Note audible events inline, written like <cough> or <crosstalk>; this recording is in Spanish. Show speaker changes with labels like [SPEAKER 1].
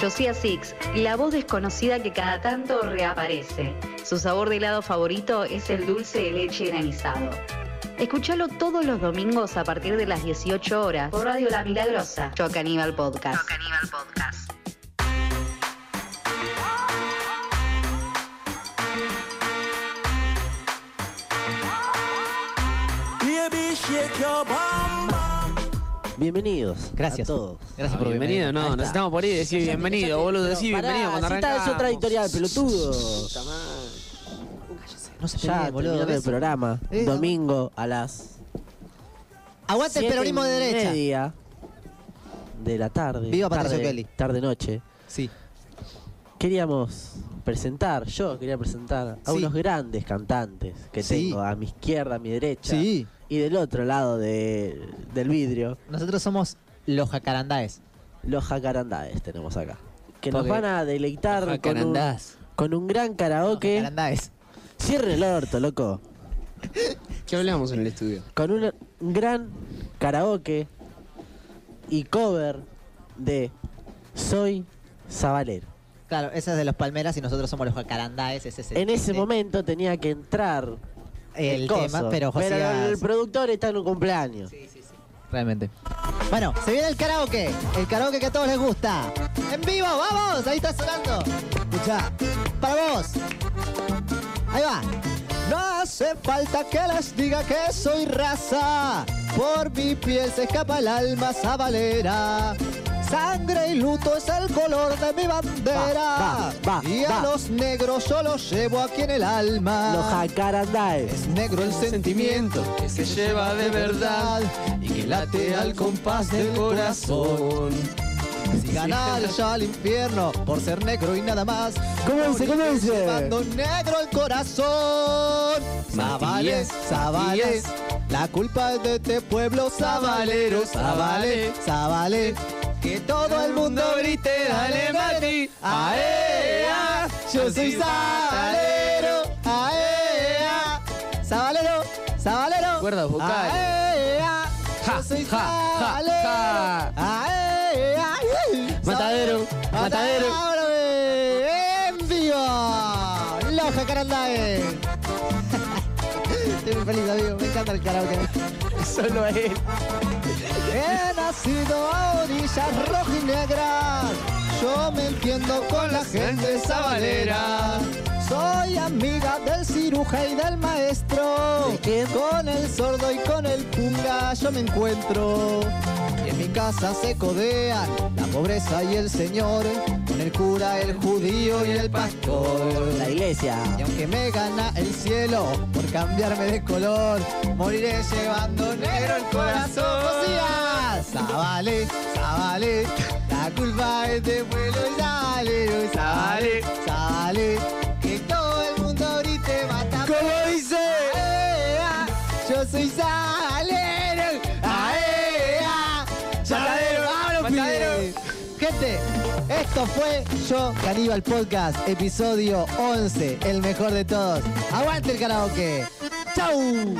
[SPEAKER 1] Josía Six, la voz desconocida que cada tanto reaparece. Su sabor de helado favorito es el dulce de leche granizado. Escúchalo todos los domingos a partir de las 18 horas por Radio La Milagrosa. Yo Caníbal Podcast. Yo Caníbal Podcast.
[SPEAKER 2] Bienvenidos.
[SPEAKER 3] Gracias.
[SPEAKER 2] A todos.
[SPEAKER 3] Gracias por venir.
[SPEAKER 4] bienvenido,
[SPEAKER 3] Ahí
[SPEAKER 4] no,
[SPEAKER 3] está.
[SPEAKER 4] nos estamos por ir. Decir bienvenido, boludo. Decir
[SPEAKER 2] Pará,
[SPEAKER 4] bienvenido cuando
[SPEAKER 2] si
[SPEAKER 4] arrancamos.
[SPEAKER 2] esta es otra editorial, pelotudo.
[SPEAKER 3] No se
[SPEAKER 2] Ya,
[SPEAKER 3] peleen, boludo.
[SPEAKER 2] terminando el
[SPEAKER 3] ¿ves?
[SPEAKER 2] programa.
[SPEAKER 3] Eh,
[SPEAKER 2] Domingo a las.
[SPEAKER 3] Aguante el
[SPEAKER 2] siete
[SPEAKER 3] peronismo de
[SPEAKER 2] y
[SPEAKER 3] derecha.
[SPEAKER 2] media de la tarde.
[SPEAKER 3] Viva Patricio
[SPEAKER 2] tarde,
[SPEAKER 3] Kelly.
[SPEAKER 2] Tarde-noche.
[SPEAKER 3] Sí.
[SPEAKER 2] Queríamos presentar, yo quería presentar a
[SPEAKER 3] Sí.
[SPEAKER 2] unos grandes cantantes que
[SPEAKER 3] Sí.
[SPEAKER 2] tengo a mi izquierda, a mi derecha.
[SPEAKER 3] Sí.
[SPEAKER 2] Y del otro lado de- del vidrio,
[SPEAKER 3] Nosotros somos los jacarandáes.
[SPEAKER 2] los jacarandáes tenemos acá. Que
[SPEAKER 3] Porque-
[SPEAKER 2] nos van a deleitar con un,
[SPEAKER 4] Jacarandás.
[SPEAKER 2] con un gran karaoke.
[SPEAKER 3] Jacarandáes.
[SPEAKER 2] Cierre el orto, loco.
[SPEAKER 4] ¿Qué hablamos en el estudio?
[SPEAKER 2] Con un gran karaoke y cover de Soy Sabalero.
[SPEAKER 3] Claro, esa es de los palmeras y nosotros somos los jacarandáes. Ese es el-
[SPEAKER 2] En ese
[SPEAKER 3] el-
[SPEAKER 2] momento tenía que entrar
[SPEAKER 3] El
[SPEAKER 2] coso,
[SPEAKER 3] tema, pero José.
[SPEAKER 2] el productor está en un cumpleaños.
[SPEAKER 3] Realmente. Bueno, se viene el karaoke. El karaoke que a todos les gusta. En vivo, vamos. Ahí está sonando. Escucha. Para vos. Ahí va. No hace falta que les diga que soy raza. Por mi piel se escapa el alma sabalera. Sangre y luto es el color de mi bandera.
[SPEAKER 2] Va, va, va,
[SPEAKER 3] y a
[SPEAKER 2] va.
[SPEAKER 3] los negros yo los llevo aquí en el alma.
[SPEAKER 2] Los jacarandáes.
[SPEAKER 3] Es negro el sentimiento
[SPEAKER 4] que se lleva
[SPEAKER 3] de verdad
[SPEAKER 4] y que
[SPEAKER 3] late al compás del corazón. Si ganar ya al infierno por ser negro y nada más. este
[SPEAKER 2] Comience, comience.
[SPEAKER 3] Llevando negro el corazón. Sabales, sabales. La culpa es de este pueblo sabalero, sabale, sabale. Que todo el mundo grite, dale Mati. Aea, yo soy sabalero, aea. Sabalero, sabalero.
[SPEAKER 4] Cuerdas vocales.
[SPEAKER 3] Aea,
[SPEAKER 4] Ja,
[SPEAKER 3] yo soy
[SPEAKER 4] ja, ja,
[SPEAKER 3] sabalero.
[SPEAKER 4] ja.
[SPEAKER 3] Aea, Sabalero,
[SPEAKER 4] Matadero, matadero.
[SPEAKER 3] ábrame, En vivo. Los <laughs> jacarandáes. Estoy muy feliz, amigo. Me encanta el karaoke.
[SPEAKER 4] Solo él.
[SPEAKER 3] He nacido a orillas rojinegras. Yo me entiendo con la gente sabanera. Soy amiga del ciruja y del maestro.
[SPEAKER 2] ¿De quién?
[SPEAKER 3] Con el sordo y con el punga yo me encuentro. Y en mi casa se codean la pobreza y el señor. Con el cura, el judío y el pastor.
[SPEAKER 2] La iglesia.
[SPEAKER 3] Y aunque me gana el cielo por cambiarme de color, moriré llevando negro el corazón. Rocías, Sabale, sabale, la culpa es de vuelo y sale, sabale, sabale, que todo el mundo grite mata.
[SPEAKER 4] ¿Cómo dice?
[SPEAKER 3] Aea, yo soy salero, aea,
[SPEAKER 4] Matadero,
[SPEAKER 3] ¡Vámonos,
[SPEAKER 4] matadero.
[SPEAKER 3] pibes! Gente, esto fue Yo Caníbal Podcast, episodio 11, el mejor de todos. ¡Aguante el karaoke! ¡Chau!